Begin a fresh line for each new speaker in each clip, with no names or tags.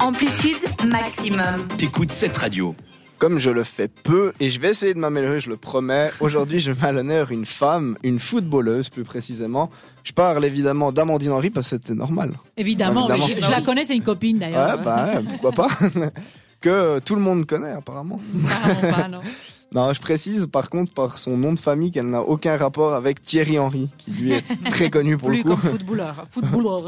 Amplitude maximum.
T'écoutes cette radio.
Comme je le fais peu, et je vais essayer de m'améliorer, je le promets, aujourd'hui je mets à l'honneur une femme, une footballeuse plus précisément. Je parle évidemment d'Amandine Henry parce que c'était normal.
Évidemment, mais
Évidemment.
je, je la connais, c'est une copine d'ailleurs.
Ouais, bah, ouais, pourquoi pas Que euh, tout le monde connaît apparemment.
Apparemment pas, non.
Non, je précise par contre par son nom de famille qu'elle n'a aucun rapport avec Thierry Henry, qui lui est très connu pour le
Plus
coup.
comme footballeur. Footballeur.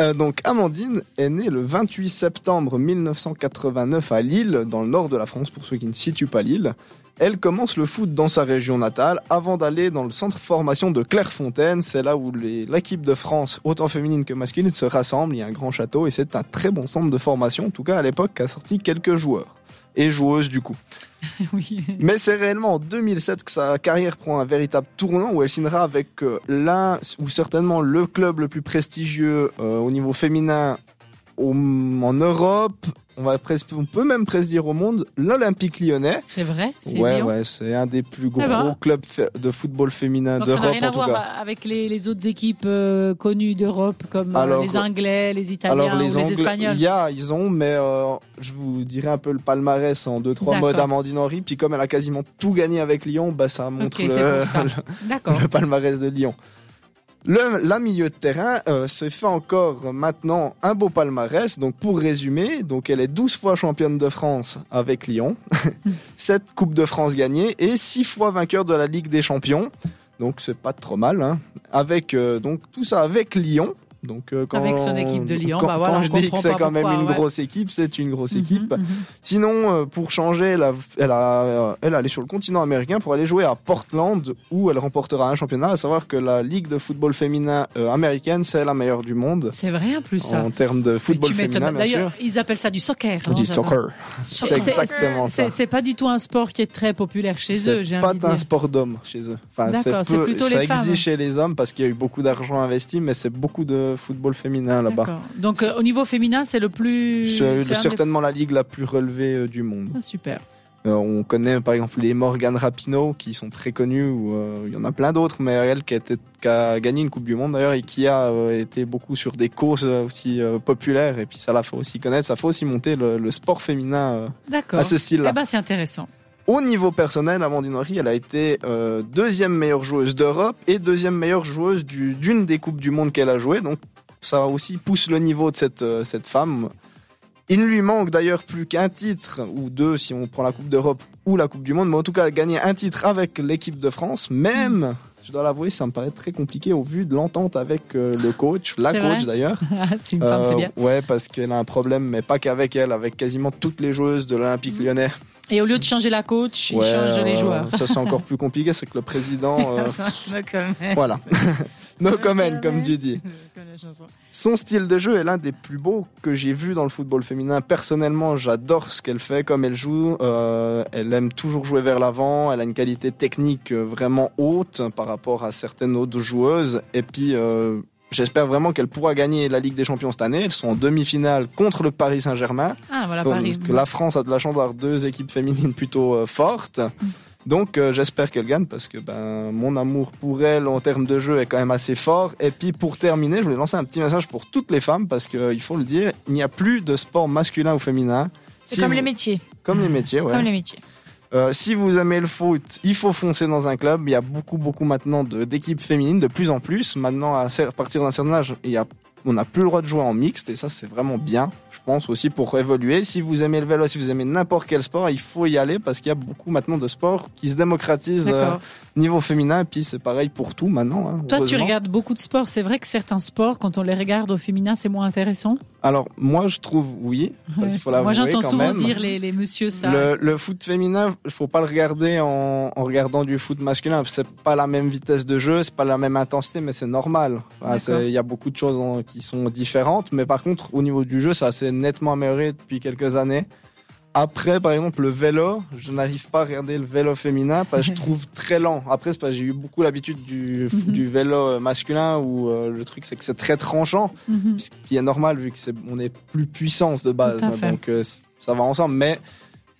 Euh, donc Amandine est née le 28 septembre 1989 à Lille, dans le nord de la France, pour ceux qui ne situent pas Lille. Elle commence le foot dans sa région natale avant d'aller dans le centre formation de Clairefontaine. C'est là où les- l'équipe de France, autant féminine que masculine, se rassemble. Il y a un grand château et c'est un très bon centre de formation, en tout cas à l'époque, qui a sorti quelques joueurs. Et joueuses du coup.
oui.
Mais c'est réellement en 2007 que sa carrière prend un véritable tournant où elle signera avec euh, l'un ou certainement le club le plus prestigieux euh, au niveau féminin au- en Europe. On, va presque- on peut même presque dire au monde l'Olympique lyonnais.
C'est vrai, c'est
Ouais,
Lyon.
ouais, c'est un des plus gros
Ah bah.
clubs fe- de football féminin
Donc ça n'a
d'Europe
rien
en
à
tout
voir euh,
cas.
avec les, les autres équipes euh, connues d'Europe comme euh,
Alors,
les Anglais, les Italiens
Alors les
ou
Anglais,
les Espagnols.
il y a, ils ont, mais euh, je vous dirai un peu le palmarès en deux trois modes
D'accord.
Amandine Henry. Puis comme elle a quasiment tout gagné avec Lyon, bah ça montre
Ok, c'est
le-
pour ça. D'accord.
le palmarès de Lyon. Le, la milieu de terrain euh, se fait encore euh, maintenant un beau palmarès. Donc pour résumer, donc elle est 12 fois championne de France avec Lyon, 7 Coupes de France gagnées et 6 fois vainqueur de la Ligue des Champions. Donc c'est pas trop mal. hein. Avec euh, donc tout ça avec Lyon. Donc euh, quand
Avec son équipe de Lyon,
quand,
bah voilà,
quand
on
je dis que
comprend
c'est
pas
quand même
pourquoi,
une
ouais.
grosse équipe, c'est une grosse équipe.
Mhm, mhm.
Sinon, euh, pour changer, elle, a- elle, a- euh, elle allait sur le continent américain pour aller jouer à Portland où elle remportera un championnat. À savoir que la ligue de football féminin euh, américaine, c'est la meilleure du monde
C'est vrai en plus ça.
en termes de
Mais
football
tu m'étonnes.
féminin, bien sûr.
D'ailleurs, ils appellent ça du soccer.
On
hein,
dit
ça va.
soccer.
C'est-
C'est
c'est-
exactement ça.
C'est c'est pas du tout un sport qui est très populaire chez eux, j'ai
C'est pas
envie de
un
dire.
sport d'hommes chez eux. Enfin,
D'accord, c'est
peu-
plutôt
ça
les
existe
femmes.
chez les hommes parce qu'il y a eu beaucoup d'argent investi, mais c'est beaucoup de football féminin là-bas.
D'accord. Donc euh, au niveau féminin, c'est le plus.
C'est
c'est un des-
certainement la ligue la plus relevée euh, du monde.
Ah, super.
Euh, on connaît par exemple les Morgan Rapinoe qui sont très connus, ou euh, il y en a plein d'autres, mais elle qui a, été- qui a gagné une Coupe du Monde d'ailleurs et qui a euh, été beaucoup sur des causes euh, aussi euh, populaires, et puis ça la fait aussi connaître, ça fait aussi monter le, le sport féminin euh,
D'accord.
à ce style-là.
Eh ben, c'est intéressant.
Au niveau personnel, Amandine Henry, elle a été euh, deuxième meilleure joueuse d'Europe et deuxième meilleure joueuse du- d'une des Coupes du Monde qu'elle a joué. Donc ça aussi pousse le niveau de cette, euh, cette femme. Il ne lui manque d'ailleurs plus qu'un titre, ou deux si on prend la Coupe d'Europe ou la Coupe du Monde, mais en tout cas gagner un titre avec l'équipe de France, même, je dois l'avouer, ça me paraît très compliqué au vu de l'entente avec euh, le coach, la
C'est
coach
vrai
d'ailleurs.
Ah, c'est une femme, c'est
Euh,
bien.
ouais, parce qu'elle a un problème, mais pas qu'avec elle, avec quasiment toutes les joueuses de l'Olympique
Mm.
lyonnais.
Et au lieu de changer la coach, ils
Ouais,
changent les
euh,
joueurs.
Ça, c'est encore plus compliqué, c'est que le président. euh, voilà. no comment, comme tu dis. Son style de jeu est l'un des plus beaux que j'ai vu dans le football féminin. Personnellement, j'adore ce qu'elle fait, comme elle joue. Euh, elle aime toujours jouer vers l'avant. Elle a une qualité technique euh, vraiment haute par rapport à certaines autres joueuses. Et puis, euh, j'espère vraiment qu'elle pourra gagner la Ligue des Champions cette année. Elles sont en demi-finale contre le Paris Saint-Germain.
Ah, voilà,
Donc,
Paris.
la France a de la chance d'avoir deux équipes féminines plutôt euh, fortes. Donc euh, j'espère qu'elle gagne parce que ben, mon amour pour elle en termes de jeu est quand même assez fort. Et puis pour terminer, je voulais lancer un petit message pour toutes les femmes parce qu'il faut le dire, il n'y a plus de sport masculin ou féminin.
C'est
Si
comme
vous-
les métiers.
comme les métiers, ouais.
Comme les métiers.
Euh, si vous aimez le foot, il faut foncer dans un club. Il y a beaucoup, beaucoup maintenant de- d'équipes féminines, de plus en plus. Maintenant, à cer- à partir d'un certain âge, il y a- on n'a plus le droit de jouer en mixte et ça, c'est vraiment bien. Je pense aussi pour évoluer. Si vous aimez le vélo, si vous aimez n'importe quel sport, il faut y aller parce qu'il y a beaucoup maintenant de sports qui se démocratisent euh,
D'accord.
niveau féminin. Et puis c'est pareil pour tout maintenant. hein,
Toi, tu
heureusement.
regardes beaucoup de sports. C'est vrai que certains sports, quand on les regarde au féminin, c'est moins intéressant.
Alors moi, je trouve oui. Parce qu'il faut
Moi,
l'avouer
j'entends
quand
souvent
même.
dire les, les messieurs ça.
Le, le foot féminin, faut pas le regarder en, en regardant du foot masculin. C'est pas la même vitesse de jeu, c'est pas la même intensité, mais c'est normal. Enfin,
D'accord.
c'est- Il y a beaucoup de choses en- qui sont différentes, mais par contre, au niveau du jeu, ça s'est nettement amélioré depuis quelques années. Après, par exemple, le vélo, je n'arrive pas à regarder le vélo féminin parce que je trouve très lent. Après, c'est parce que j'ai eu beaucoup l'habitude du,
Mhm.
du vélo masculin où euh, le truc c'est que c'est très tranchant
Mhm.
ce qui est normal vu que c'est on est plus puissance de base
Tout à
hein,
fait.
donc euh, c- ça va ensemble mais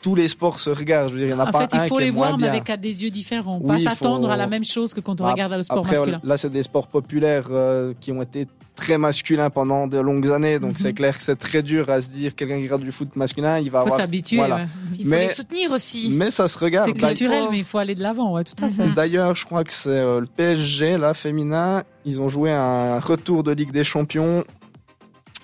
tous les sports se regardent. Je veux dire, il n'y en a
en
pas
fait,
un
il faut
qui est
les
moins
voir, mais
bien.
avec à des yeux différents. On
Oui,
pas
il
s'attendre
faut-
à la même chose que quand on
Bah,
regarde le sport
Après, on-
masculin.
là, c'est des sports populaires euh, qui ont été très masculins pendant de longues années. Donc,
Mhm.
c'est clair que c'est très dur à se dire quelqu'un qui regarde du foot masculin, il va
Il faut
avoir.
s'habituer.
voilà.
ouais.
Il faut
Mais-
les soutenir aussi.
Mais ça se regarde. bah,
C'est
D'a-
culturel, mais il faut aller de l'avant, ouais, tout à fait.
Mhm.
D'ailleurs, je crois que c'est euh, le PSG, là, féminin. Ils ont joué un retour de Ligue des Champions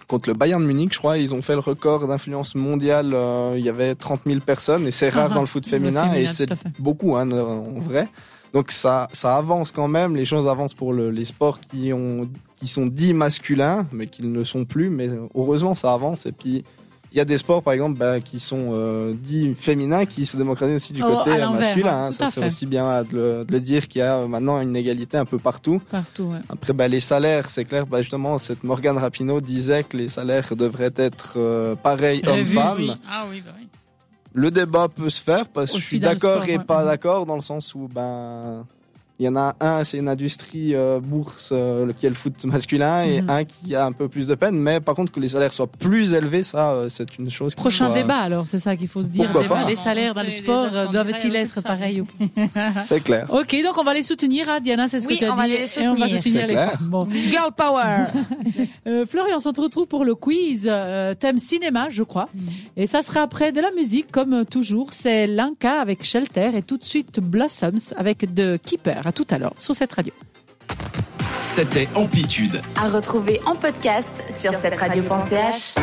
contre le Bayern de Munich, je crois. Ils ont fait le record d'influence mondiale. euh, il y avait 30 000 personnes et c'est rare
Ah,
dans le foot
le
féminin, et
féminin,
c'est
tout à fait.
beaucoup hein, en vrai. Donc ça, ça avance quand même. Les choses avancent pour le- les sports qui ont, qui sont dits masculins, mais qu'ils ne sont plus. Mais heureusement, ça avance. Et puis il y a des sports, par exemple, bah, qui sont euh, dits féminins, qui se démocratisent aussi du
Oh,
côté
à
euh,
l'envers,
masculin.
hein,
hein.
tout
Ça
à
c'est
fait.
aussi bien de le, de le dire qu'il y a maintenant une égalité un peu partout.
Partout, ouais.
Après, bah, les salaires, c'est clair. Bah, justement, cette Morgane Rapinoe disait que les salaires devraient être euh, pareils
Revue,
hommes-femmes.
oui.
Ah oui, bah oui.
Le débat peut se faire parce que
Aussi
je suis
dans le
d'accord
sport,
et
ouais.
pas d'accord dans le sens où ben il y en a un c'est une industrie euh, bourse euh, qui est le foot masculin et
Mhm.
un qui a un peu plus de peine mais par contre que les salaires soient plus élevés ça euh, c'est une chose qui
Prochain
soit-
débat, alors, c'est ça qu'il faut se dire.
Pourquoi
Le débat
pas.
des salaires dans
On
le
sait
sport
déjà ce qu'on
doivent-ils
dira, il y a
être
beaucoup de femmes
pareils ou
c'est clair
Ok, donc on va les soutenir, hein, Diana, c'est ce
Oui,
que tu as
on va
dit.
les
Et on va
soutenir.
soutenir
C'est
les
clair.
femmes. Bon.
Girl power.
Euh, Florian, on se retrouve pour le quiz euh, thème cinéma, je crois.
Mm.
Et ça sera après de la musique, comme euh, toujours. C'est Linka avec Shelter et tout de suite Blossoms avec The Keeper. À tout à l'heure sur cette radio.
C'était Amplitude.
À retrouver en podcast sur, cette radio.ch.